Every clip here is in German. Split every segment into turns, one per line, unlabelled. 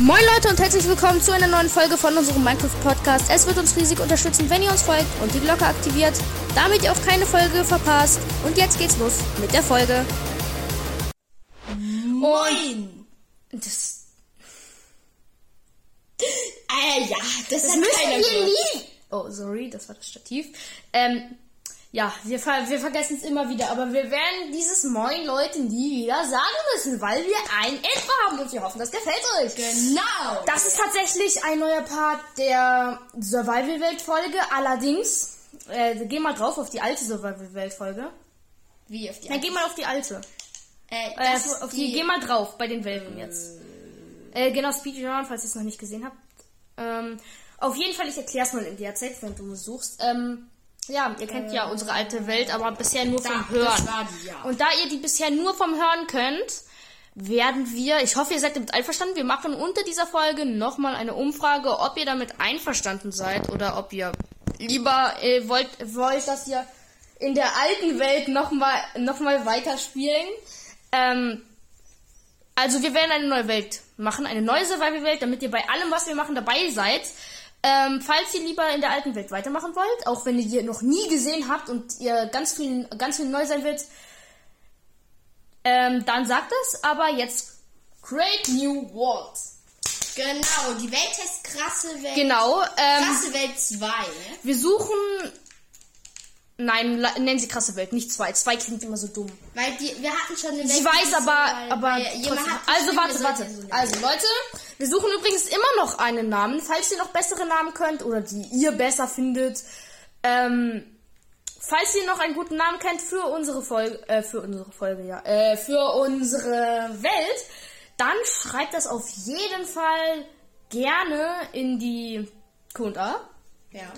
Moin Leute und herzlich willkommen zu einer neuen Folge von unserem Minecraft-Podcast. Es wird uns riesig unterstützen, wenn ihr uns folgt und die Glocke aktiviert, damit ihr auch keine Folge verpasst. Und jetzt geht's los mit der Folge.
Moin!
Das,
Ah ja, das,
das
hat keiner
müssen wir
gehört.
nie. Oh, sorry, das war das Stativ. Ähm,
Ja, wir, ver wir vergessen es immer wieder, aber wir werden dieses Moin Leuten nie wieder sagen müssen, weil wir ein Intro haben und wir hoffen, das gefällt euch.
Genau.
Das ist tatsächlich ein neuer Part der Survival-Welt-Folge, allerdings, äh, geh mal drauf auf die alte Survival-Welt-Folge.
wie auf die
Dann geh mal auf die alte.
äh,
Äh, auf- auf die, geh mal drauf bei den Welven jetzt. Äh, genau, Speedrun, falls ihr es noch nicht gesehen habt. Ähm, auf jeden Fall, ich erklär's mal in der Zeit, wenn du suchst. Ähm, ja, ihr kennt ja unsere alte Welt, aber bisher nur vom Hören.
Ähm, das war die, ja.
Und da ihr die bisher nur vom Hören könnt, werden wir, ich hoffe, ihr seid damit einverstanden, wir machen unter dieser Folge nochmal eine Umfrage, ob ihr damit einverstanden seid oder ob ihr lieber äh, wollt, wollt, dass ihr in der alten Welt nochmal noch mal weiterspielen. Ähm, also wir werden eine neue Welt machen, eine neue Survival-Welt, damit ihr bei allem, was wir machen, dabei seid. Ähm, falls ihr lieber in der alten Welt weitermachen wollt, auch wenn ihr die noch nie gesehen habt und ihr ganz viel, ganz viel neu sein wollt, ähm, dann sagt es, aber jetzt Great New World.
Genau, die Welt heißt krasse Welt.
Genau, ähm,
Welt ne? 2.
wir suchen... Nein, la- nennen sie krasse Welt, nicht zwei. Zwei klingt immer so dumm.
Weil die, wir hatten schon eine Welt.
Ich weiß, aber, aber trotzdem. also warte, warte. Also Leute, wir suchen übrigens immer noch einen Namen, falls ihr noch bessere Namen könnt oder die ihr besser findet. Ähm, falls ihr noch einen guten Namen kennt für unsere Folge, äh, für unsere Folge, ja, äh, für unsere Welt, dann schreibt das auf jeden Fall gerne in die Kunda.
Ja.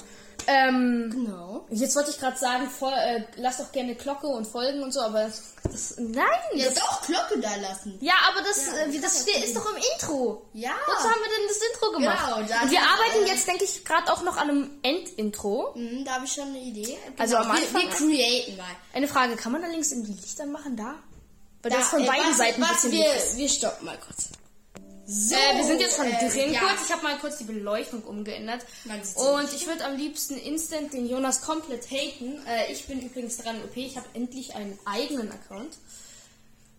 Ähm,
Genau.
Jetzt wollte ich gerade sagen, voll, äh, lasst doch gerne Glocke und Folgen und so, aber das, das nein,
Ja,
das
doch, Glocke da lassen.
ja, aber das,
Ja,
äh, wie das
das
steht,
kann
ist doch im Intro.
Ja.
Wozu haben wir denn das Intro gemacht?
Genau, da
und wir
sind wir
arbeiten
alle-
jetzt, denke ich, gerade auch noch an einem Endintro.
Mhm, da habe ich schon eine Idee. Genau,
Also am
wir,
Anfang-
wir createn mal.
Eine Frage, kann man da links in die Lichter machen, da? Weil
Da,
das von
äh,
beiden
was,
Seiten ein
was
bisschen liegt.
wir, wir stoppen mal kurz. So,
äh, wir sind jetzt schon drin
ja.
kurz. Ich habe mal kurz die Beleuchtung umgeändert.
Man sieht's
Und ich würde am liebsten instant den Jonas komplett haten. Äh, ich bin übrigens dran OP. Ich habe endlich einen eigenen Account.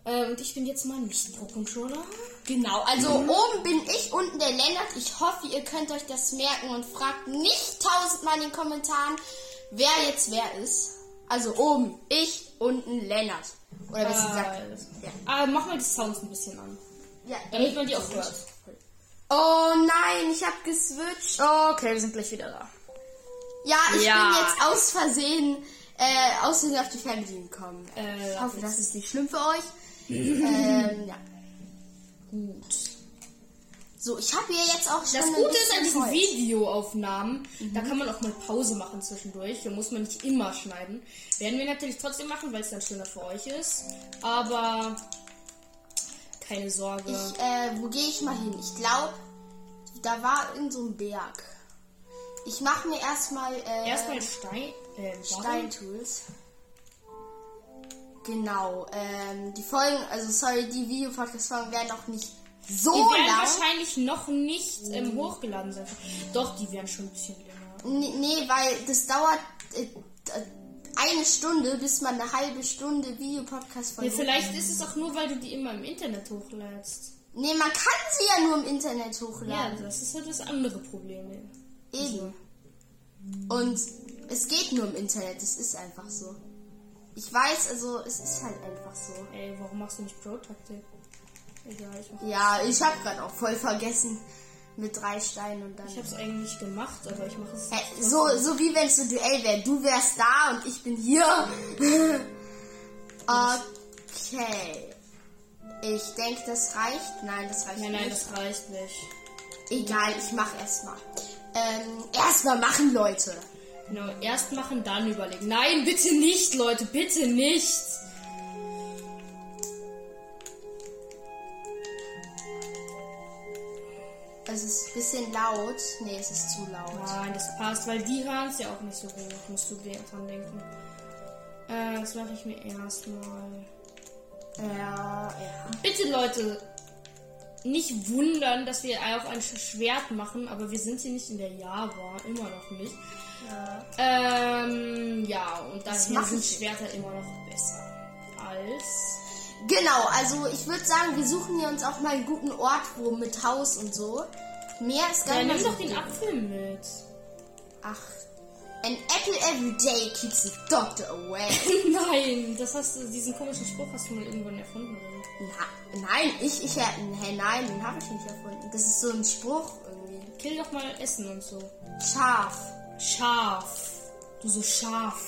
Äh, und ich bin jetzt mal nicht Pro-Controller.
Genau, also
Mhm.
oben bin ich, unten der Lennart. Ich hoffe, ihr könnt euch das merken und fragt nicht tausendmal in den Kommentaren, wer jetzt wer ist. Also oben ich, unten Lennart. Oder was gesagt
Äh,
ja.
Ah, mach mal die Sounds ein bisschen an.
ja.
Damit man die auch hört.
Oh nein, ich habe geswitcht.
Oh, Okay, wir sind gleich wieder da.
Ja, ich
Ja.
bin jetzt aus Versehen, äh, aus Versehen auf die Fernbedienung gekommen.
Äh,
ich hoffe, das ist nicht schlimm für euch. ähm, ja.
Gut.
So, ich habe hier jetzt auch schon
Das
ein
Gute ist an
bisschen
diesen
Holz.
Videoaufnahmen, da kann man auch mal Pause machen zwischendurch. Da muss man nicht immer schneiden. Werden wir natürlich trotzdem machen, weil es dann schöner für euch ist. Aber keine Sorge.
Ich, äh, wo gehe ich mal hin? Ich glaube, da war in so einem Berg. Ich mache mir erstmal äh,
Erstmal Stein. Äh, Stein.
Steintools. Genau. Ähm, die Folgen, also sorry, die Videopodcast-Folgen werden auch nicht so
Die werden
lang.
wahrscheinlich noch nicht ähm, hochgeladen sein. Doch, die werden schon ein bisschen länger.
Nee, nee, weil das dauert äh, äh, eine Stunde, bis man eine halbe Stunde
Ja,
Videopodcast-Folge.
vielleicht ist es auch nur, weil du die immer im Internet hochladest.
nee, man kann sie ja nur im Internet
Ja,
hochladen.
das ist so das andere Problem.
Eben. Und es geht nur im Internet, es ist einfach so. Ich weiß, also es ist halt einfach so.
Ey, warum machst du nicht Pro-Taktik? Egal, ich mach.
Ja, ich hab grad auch voll vergessen mit drei Steinen und dann.
Ich hab's eigentlich gemacht, aber ich mache es
Hä,
nicht.
so, so wie wenn es so ein Duell wäre. Du wärst da und ich bin hier. okay. Ich denke, das reicht. Nein, das reicht
Nein,
nicht.
nein, das reicht nicht.
Egal, ich mach erstmal. Ähm, erstmal machen, Leute.
Genau, erst machen, dann überlegen. Nein, bitte nicht, Leute, bitte nicht!
Es ist ein bisschen laut. Nee, es ist zu laut.
Nein, das passt, weil die hören's ja auch nicht so gut. Musst du dir dran denken. Äh, das mache ich mir erstmal.
Ja, ja.
Bitte, Leute, nicht wundern, dass wir auch ein Schwert machen, aber wir sind hier nicht in der Java, immer noch nicht. Ähm, ja, und daher
macht
sind
nicht.
Schwerter immer noch besser als.
Genau, also ich würde sagen, wir suchen hier uns auch mal einen guten Ort, wo mit Haus und so. Mehr ist gar
Dann nimm
nicht.
doch den Apfel mit.
Ach. An apple every day keeps the doctor away.
Nein, das hast du, diesen komischen Spruch hast du mal irgendwann erfunden. oder?
Na, nein, ich, ich, hey, nein, den habe ich nicht erfunden. Das ist so ein Spruch irgendwie.
Kill doch mal Essen und so.
Scharf.
Scharf. Du so scharf.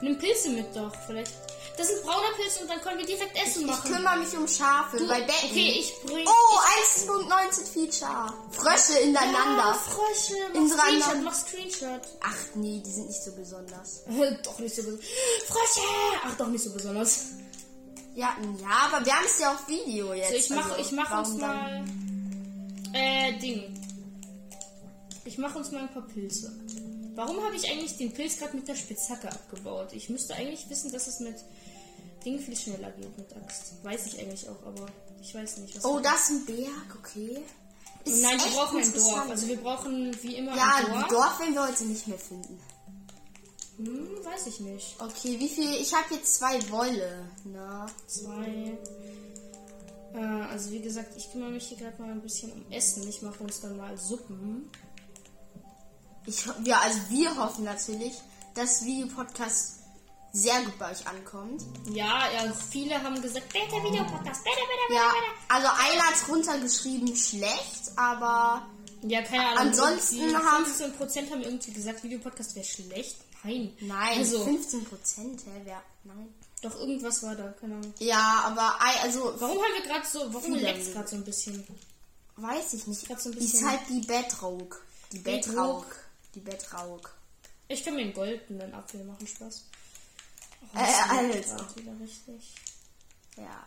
Nimm Pilze mit doch, vielleicht. Das sind brauner Pilze und dann können wir direkt Essen
Ich
machen.
kümmere mich um Schafe bei Betten.
okay, ich bring.
Oh, 1.19 Feature. Frösche
Ja,
ineinander.
Frösche. Mach
Unsere
Screenshot,
anderen-
mach Screenshot.
Ach nee, die sind nicht so besonders.
doch nicht so besonders. Frösche! Ach, doch nicht so besonders.
Ja, ja, aber wir haben es ja auf Video jetzt.
So, ich mach,
Also,
ich mach
warum
uns
dann?
mal. Äh, Ding. Ich mach uns mal ein paar Pilze. Warum habe ich eigentlich den Pilz gerade mit der Spitzhacke abgebaut? Ich müsste eigentlich wissen, dass es mit Ding viel schneller geht mit Axt. Weiß ich eigentlich auch, aber ich weiß nicht, was.
Oh, das ist ein Berg, okay. Ist
Nein, wir
echt
brauchen ein Dorf.
interessant.
Also wir brauchen wie immer
ja,
ein Dorf.
ein Dorf werden wir heute nicht mehr finden.
Hm, weiß ich nicht.
Okay, wie viel? Ich habe jetzt zwei Wolle. ne? Na,
Zwei. Äh, also wie gesagt, ich kümmere mich hier gerade mal ein bisschen um Essen. Ich mache uns dann mal Suppen.
ich, ho- ja, also wir hoffen natürlich, dass Videopodcast sehr gut bei euch ankommt.
Ja, ja, viele haben gesagt, besser Videopodcast, besser, besser,
Ja,
besser,
also einer hat runtergeschrieben schlecht, aber
besser. Ja, keine Ahnung.
Ansonsten
irgendwie
haben-
15% haben irgendwie gesagt, Videopodcast wäre schlecht. Nein.
nein,
Also,
15 Prozent, hä, wer, nein.
doch irgendwas war da, keine Ahnung.
Ja, aber ei- also
Warum haben wir gerade so, warum
Viele.
leckt's gerade so ein bisschen?
weiß ich nicht.
Ich hab so ein
ist
bisschen-
halt die Bettrauk, die
Bettrauk.
Bettrauk, die Bettrauk.
Ich kann mir einen goldenen Apfel machen, Spaß. Oh,
Äh,
das schmeckt
also.
grad wieder richtig.
Ja.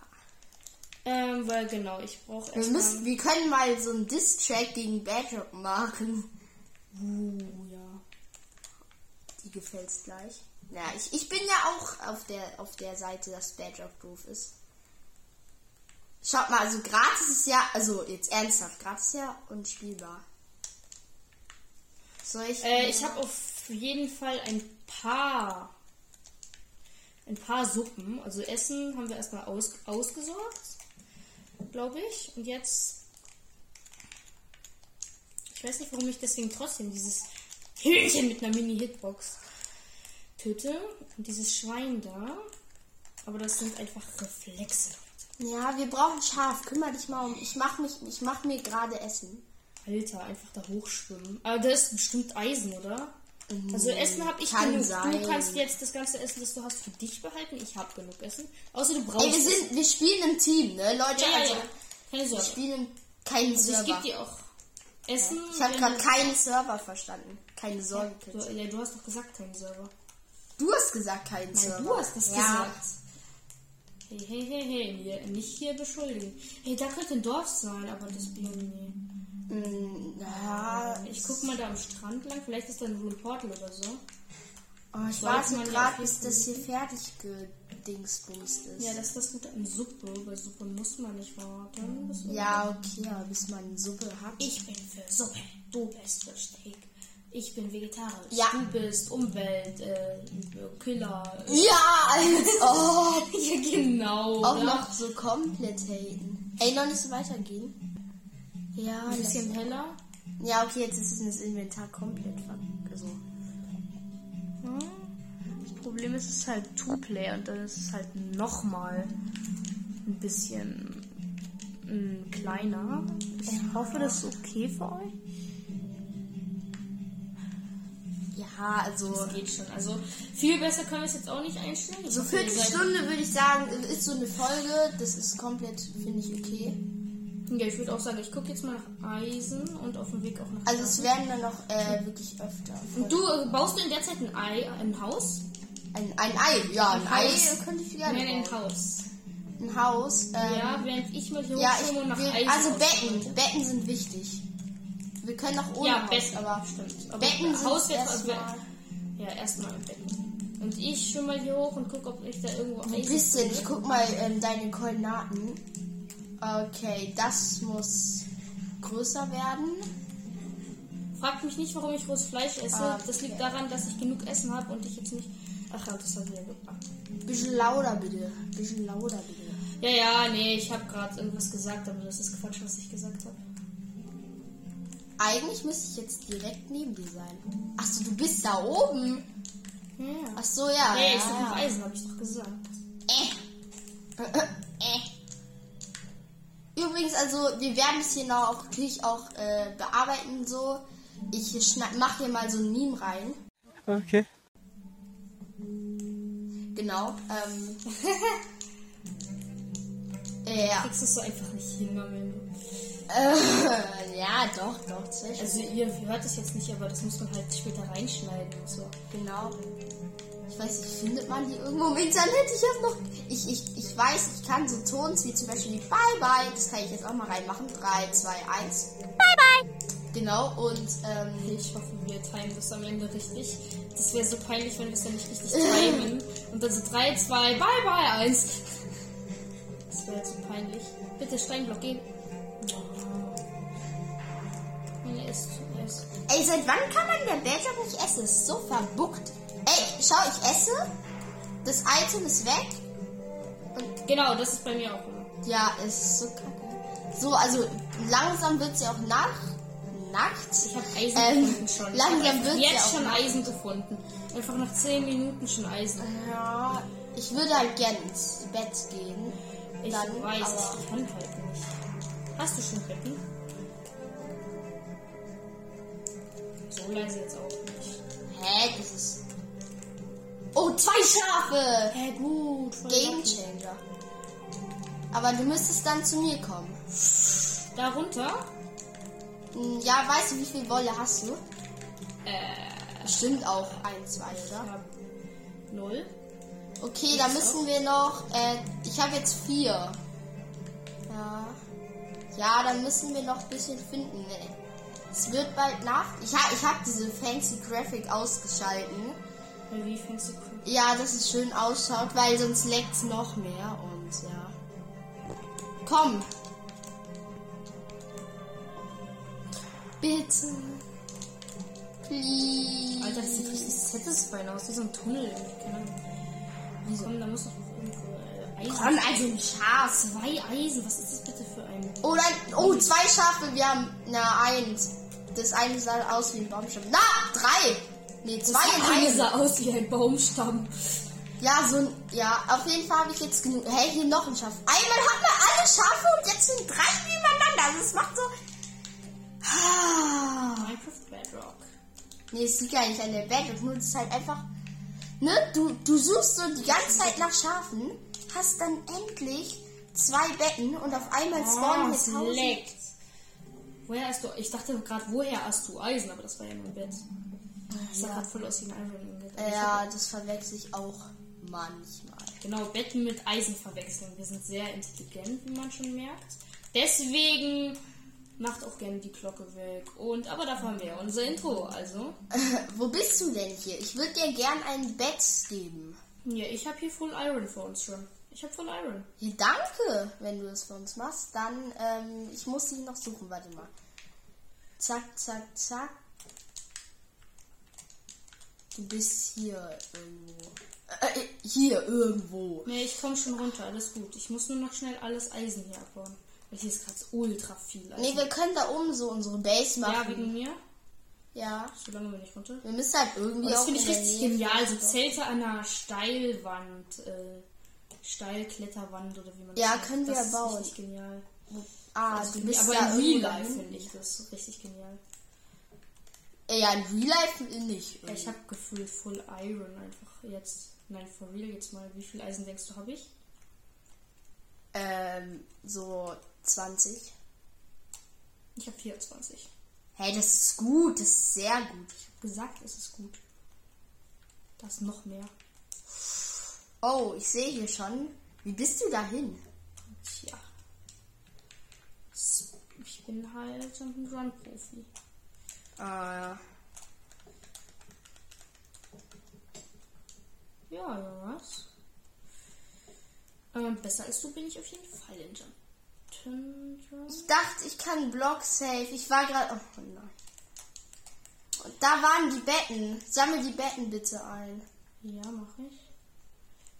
Ähm, weil genau, ich brauche
Wir
erstmal...
müssen, wir können mal so einen Diss-Track gegen Bedrock machen.
Uh, ja.
Die gefällt's gleich. Ja, ich, ich bin ja auch auf der, auf der Seite, dass Bedrock doof ist. Schaut mal, also gratis ist ja, also jetzt ernsthaft, gratis ist ja unspielbar. Soll ich?
Äh, ich habe auf jeden Fall ein paar. Ein paar Suppen. Also Essen haben wir erstmal aus, ausgesorgt. Glaube ich. Und jetzt. Ich weiß nicht, warum ich deswegen trotzdem dieses Hähnchen mit einer Mini-Hitbox töte. Und dieses Schwein da. Aber das sind einfach Reflexe.
Ja, wir brauchen Schaf. Kümmer dich mal um. Ich mach mich, ich mach mir gerade Essen.
Alter, einfach da hochschwimmen. Aber da ist bestimmt Eisen, oder? Also Essen habe ich
kann
genug.
sein.
Du kannst jetzt das ganze Essen, das du hast, für dich behalten. Ich habe genug Essen. Außer du brauchst.
Ey, wir
Essen.
sind, wir spielen im Team, ne, Leute?
Oh, ja, ja,
also,
ja. Keine
wir
Sorge.
spielen keinen
Also ich gebe
Server.
dir auch Essen.
Ich habe
wenn
gerade keinen Server verstanden. Keine Sorge,
du,
Kids.
du, ja, du hast doch gesagt keinen Server.
Du hast gesagt keinen Server.
Nein, du hast das
ja.
gesagt. Hey, hey, hey, hey, mir- nicht hier beschuldigen. Hey, da könnte ein Dorf sein, aber das bin
Mm, ja.
ich. Ich guck mal da am Strand lang. Vielleicht ist da nur ein Portal oder so.
Oh, ich
Sollte
warte
man ja
gerade,
auf
bis
jeden
das hier fertig gedingsbumst ist.
Ja, das ist das mit einer Suppe. Bei Suppe muss man nicht warten. bis
Mhm. Ja, okay, aber bis man eine Suppe hat.
Ich bin für Suppe, du bist für Steak. Ich bin Vegetarier,
Ja.
du bist Umwelt, äh, Killer.
Ja, als ob.
ja, genau.
Mhm. Auch
oder?
noch so komplett haten. Ey, noch nicht so weitergehen. Ja,
ein bisschen heller.
Ja, okay, jetzt ist es das Inventar komplett ver- also.
Das Problem ist, es ist halt Two-Play und dann ist es halt nochmal ein bisschen mm, kleiner. Ich hoffe, das ist okay für euch.
Ja, also.
Das geht schon. Also viel besser können wir es jetzt auch nicht einstellen. Ich
So
hoffe, ihr seid-
Viertelstunde würde ich sagen, ist so eine Folge. Das ist komplett, finde ich, okay.
Ja, ich würde auch sagen, ich gucke jetzt mal nach Eisen und auf dem Weg auch nach
Also es werden dann noch äh, wirklich öfter.
Und du äh, baust du in der Zeit ein Ei, ein Haus?
Ein, ein Ei, ja,
Ein
ein, Ei
Haus.
könnte ich
Nein,
gerne.
ein
bauen.
Haus.
Ein Haus. Ähm,
genau. Ja, während ich mal hier
ja,
hochkomme und
ich,
nach
wir,
Eisen.
also
aussuche.
Betten. Betten sind wichtig. Wir können auch ohne
Ja,
Haus,
Betten,
aber
stimmt. Aber
Betten sind
Haus also wäre
erstmal.
Ja, erstmal ein Becken. Und ich schwimme mal hier hoch und gucke, ob ich da irgendwo Eisen
Bisschen,
finde.
ich guck mal ähm, deine Koordinaten. Okay, das muss größer werden.
Fragt mich nicht, warum ich rohes Fleisch esse.
Ah,
Das liegt daran, dass ich genug Essen habe und ich jetzt nicht. Ach ja, das hat mir gepackt.
Bisschen lauter bitte. Bisschen lauter bitte.
Ja, ja, nee, ich habe gerade irgendwas gesagt, aber das ist Quatsch, was ich gesagt habe.
Eigentlich müsste ich jetzt direkt neben dir sein. Achso, du bist da oben.
Ja.
Achso, ja.
Nee,
ja,
ich suche nach
ja.
Eisen, habe ich doch gesagt.
Äh. Übrigens, also wir werden es hier noch auch- natürlich auch äh, bearbeiten so. Ich schneid- mach hier mal so ein Meme rein.
Okay.
Genau. Ähm. Äh, ja.
Kriegst du es so einfach nicht hin, Marmel.
Äh, ja, doch, doch, sicher.
Also ihr hört es jetzt nicht, aber das muss man halt später reinschneiden und so.
Genau. Ich weiß nicht, findet man die irgendwo im Internet? Ich hab noch. Ich, ich, ich weiß, ich kann so Tons wie zum Beispiel die Bye Bye. Das kann ich jetzt auch mal reinmachen. 3, 2, 1. Bye Bye! Genau, und ähm.
Ich hoffe, wir timen das am Ende richtig. Das wäre so peinlich, wenn wir es dann nicht richtig timen. Und dann so 3, 2, bye, bye, 1. Das wäre so peinlich. Bitte Steinblock gehen. Nee, ist zu erst.
Ey, seit wann kann man der Badger nicht essen? Ist so verbuckt. Ey, schau, ich esse. Das Item ist weg.
Genau, das ist bei mir auch immer.
Ja, ist so kacke. So, also langsam wird's ja auch nach. Nackt.
Ich habe Eisen
Ähm,
gefunden schon. Ich
langsam
hab einfach
wird's ja
jetzt
auch
schon Eisen gefunden. Einfach nach 10 Minuten schon Eisen.
Ja. Ich würde halt gern ins Bett gehen.
Ich
dann,
weiß,
aber
ich kann halt nicht. Hast du schon Ketten? So leise jetzt auch nicht.
Hä, das ist. Oh, zwei Schafe!
Hey, Äh, gut. voll
Game
lucky.
Changer. Aber du müsstest dann zu mir kommen.
Darunter?
Hm, Ja, weißt du, wie viel Wolle hast du? Äh. Bestimmt auch ein, zwei, oder?
Ja. Null.
Okay, da müssen wir noch. Äh, ich habe jetzt vier. Ja. Ja, dann müssen wir noch ein bisschen finden. Ey. Es wird bald Nacht. Ich, ha ich habe diese fancy Graphic ausgeschalten.
Weil Äh, Wie fängst du cool?
Ja, dass es schön ausschaut, weil sonst leckt's noch mehr und ja. Komm. Bitte. Please.
Alter, das sieht richtig satisfying aus, wie so ein Tunnel. irgendwie, Keine Ahnung. Komm, da muss doch noch irgendwo äh, Eisen.
Komm, also ein Schaf.
Zwei Eisen, was ist das bitte für ein...
Oh nein, oh, zwei Schafe, wir haben, na, eins. Das eine sah aus wie ein Baumstamm. Na, drei! Nee, zwei in einem.
sah aus wie ein Baumstamm.
Ja, so ein, ja, auf jeden Fall habe ich jetzt genug. Hey, hier noch ein Schaf. Einmal haben wir alle Schafe und jetzt sind drei nebeneinander. Also es macht so... Ah.
Minecraft Bedrock.
Nee, es liegt ja nicht an der Welt, nur das ist halt einfach... Ne, du, du suchst so die ganze Zeit nach Schafen, hast dann endlich zwei Betten und auf einmal
Ah,
spawnen
es
jetzt tausend.
leckt. Woher hast du... Ich dachte gerade, woher hast du Eisen, aber das war ja mein Bett. Das sah grad voll aus wie ein Iron Ingot.
Ja, das verwechsel ich auch manchmal.
Genau, Betten mit Eisen verwechseln. Wir sind sehr intelligent, wie man schon merkt. Deswegen macht auch gerne die Glocke weg. Und aber dafür haben wir ja unser Intro, also.
Wo bist du denn hier? Ich würde dir gern ein Bett geben.
Ja, ich habe hier Full Iron für uns schon. Ich habe Full Iron.
Ja, danke, wenn du es für uns machst. Dann, ähm, ich muss dich noch suchen. Warte mal. Zack, zack, zack. Du bist hier irgendwo. Äh, äh, hier irgendwo.
Nee, ich komme schon runter, alles gut. Ich muss nur noch schnell alles Eisen hier abbauen. Weil hier ist gerade ultra viel Eisen.
Nee, wir können da oben so unsere Base
ja,
machen.
wegen mir.
Ja.
Solange bin ich runter.
Wir müssen halt irgendwie
Und das
auch
finde
in
ich
der
richtig
Nähe-
genial. So Zelte an einer Steilwand. Äh, Steilkletterwand oder wie man
Ja,
das nennt.
können wir
das
bauen.
Ist richtig genial.
Ah,
Also,
du bist
aber
da
in Real
irgendwo
Life
hin.
finde ich das richtig genial.
Äh, Ja, in Real Life nicht.
Ich habe gefühlt Full Iron einfach jetzt. Nein, for real jetzt mal. Wie viel Eisen denkst du, habe ich?
Ähm, so 20.
Ich habe 24.
Hey, das ist gut, das ist sehr gut.
Ich habe gesagt, es ist gut. Da ist noch mehr.
Oh, ich sehe hier schon. Wie bist du dahin?
Tja. S- Ich bin halt ein Run-Profi.
Ah,
Ja, ja, was? Ähm, besser als du bin ich auf jeden Fall in Jump.
Ich dachte, ich kann Block safe. Ich war gerade. Oh nein. Und da waren die Betten. Sammel die Betten bitte ein.
Ja, mache ich.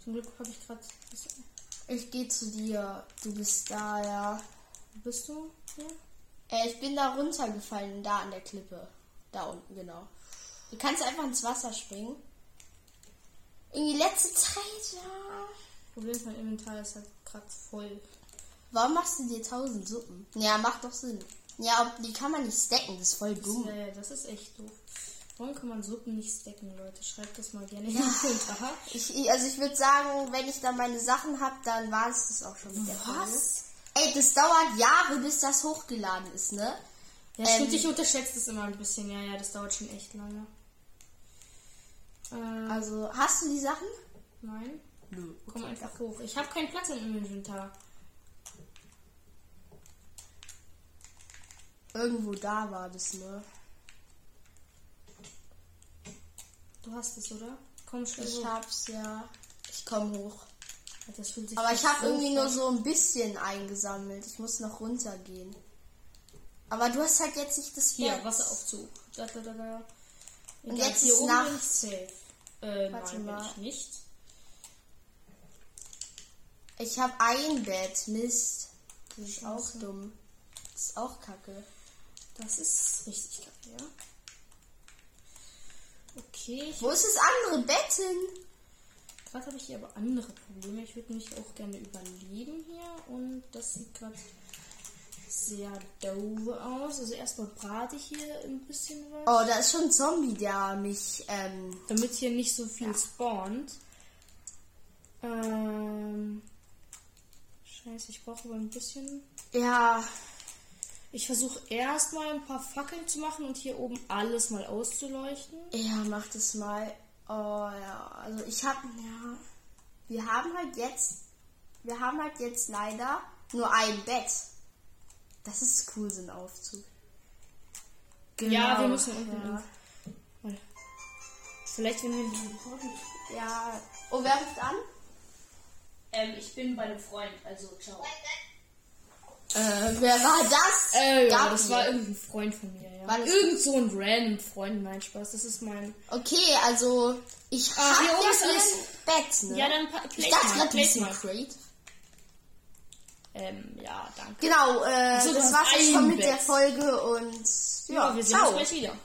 Zum Glück habe ich gerade.
Ich gehe zu dir. Du bist da, ja.
Bist du hier?
Äh, ich bin da runtergefallen, da an der Klippe. Da unten, genau. Du kannst einfach ins Wasser springen. In die letzte Zeit, ja.
Problem ist, mein Inventar ist halt gerade voll.
Warum machst du dir tausend Suppen? Ja, macht doch Sinn. Ja, ob, die kann man nicht stacken, das ist voll dumm.
Äh, das ist echt doof. Warum kann man Suppen nicht stacken, Leute? Schreibt das mal gerne in den Kommentar.
Ich, ich- also ich würde sagen, wenn ich dann meine Sachen habe, dann war es das auch schon mit der Folge.
Was?
Ey, das dauert Jahre, bis das hochgeladen ist, ne?
Ja, stimmt, ich unterschätze das immer ein bisschen. Ja, ja, das dauert schon echt lange. Äh,
Also, hast du die Sachen?
nein. Komm einfach hoch. Ich habe keinen Platz im Inventar.
Irgendwo da war das, ne?
Du hast es, oder? Komm schnell
Ich
hoch.
hab's ja. Ich komm hoch.
Das fühlt sich
Aber ich habe
so
irgendwie nur
falsch-
so ein bisschen eingesammelt. Ich muss noch runtergehen. Aber du hast halt jetzt nicht das
Hier,
Herz.
Wasseraufzug. Da, da, da, da.
Und
Egal,
jetzt
hier
ist
oben
Nacht.
bin ich safe. Äh,
Warte
nein,
mal.
bin ich nicht.
Ich habe ein Bett. Mist. Das ist auch dumm. Das ist auch kacke.
Das ist richtig kacke, ja. Okay, ich,
Wo ist das andere Bett hin?
gerade habe ich hier aber andere Probleme. Ich würde mich auch gerne überlegen hier und das sieht gerade sehr doof aus. Also erstmal brate ich hier ein bisschen was.
Oh, da ist schon ein Zombie, der mich. Ähm,
damit hier nicht so viel spawnt. Ähm, scheiße, ich brauche aber ein bisschen.
ja.
Ich versuche erstmal ein paar Fackeln zu machen und hier oben alles mal auszuleuchten.
Ja, mach das mal. Oh ja, also ich hab, ja. Wir haben halt jetzt, wir haben halt jetzt leider nur ein Bett. Das ist cool, so ein Aufzug.
Ja,
Genau,
wir müssen unten.
ja.
in- Vielleicht wenn wir diesen
Ja. Oh, wer ruft an?
Ähm, ich bin bei einem Freund, also ciao.
Äh, wer war das?
Äh, ja,
Gabriel.
das war irgendein Freund von mir, ja.
War das-
Irgend so ein random Freund, nein, Spaß, das ist mein.
Okay, also ich
Ah,
hab
hier oben
ja
ist alles-
alles Bett, ne?
Ja, dann pa-
ich
place
dachte
mal,
gerade, du bist
place
ein
mal.
Crate.
Ähm, ja, danke.
Genau, äh,
So, du
das
hast
war's jetzt
ein
schon mit
Bett.
der Folge und
Ja,
ja,
wir sehen
ciao.
uns gleich wieder.